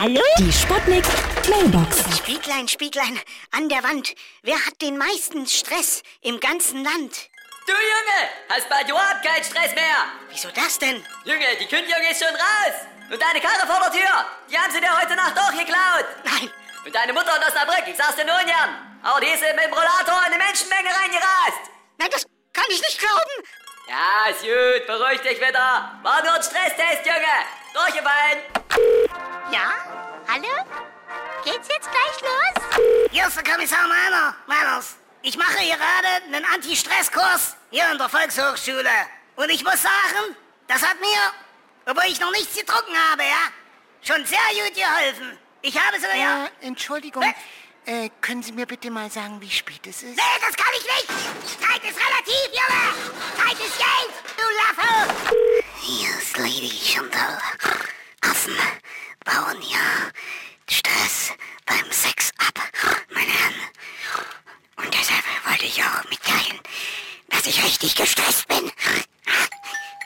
Hallo? Die Sputnik Mailbox. Spieglein, Spieglein, an der Wand. Wer hat den meisten Stress im ganzen Land? Du Junge, hast bald überhaupt keinen Stress mehr. Wieso das denn? Junge, die Kündigung ist schon raus. Und deine Karre vor der Tür, die haben sie dir heute Nacht doch geklaut. Nein, Und deine Mutter in Osnabrück, ich sag's dir nur gern. Aber die ist eben mit dem Rollator in eine Menschenmenge reingerast. nein, das kann ich nicht glauben. Ja, ist gut, beruhig dich wieder. War nur ein Stresstest, Junge. Durchgefallen. Ja? Hallo? Geht's jetzt gleich los? Hier ist der Kommissar Meiner, Meiners. Ich mache gerade einen Anti-Stress-Kurs hier in der Volkshochschule. Und ich muss sagen, das hat mir, obwohl ich noch nichts getrunken habe, ja, schon sehr gut geholfen. Ich habe sogar... Äh, Entschuldigung. Äh, können Sie mir bitte mal sagen, wie spät es ist? Nee, das kann ich nicht! Zeit ist relativ, Junge! Zeit ist Geld, du Laffel! Hier ist Lady Chantal. Affen bauen ja Stress beim Sex ab, meine Herren. Und deshalb wollte ich auch mitteilen, dass ich richtig gestresst bin.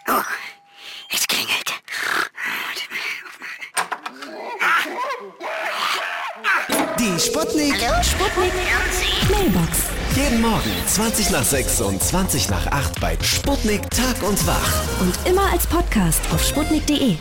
Oh, es klingelt. Warte mal. Die Sputnik. Sputnik Mailbox. Jeden Morgen 20 nach 6 und 20 nach 8 bei Sputnik Tag und Wach. Und immer als Podcast auf sputnik.de.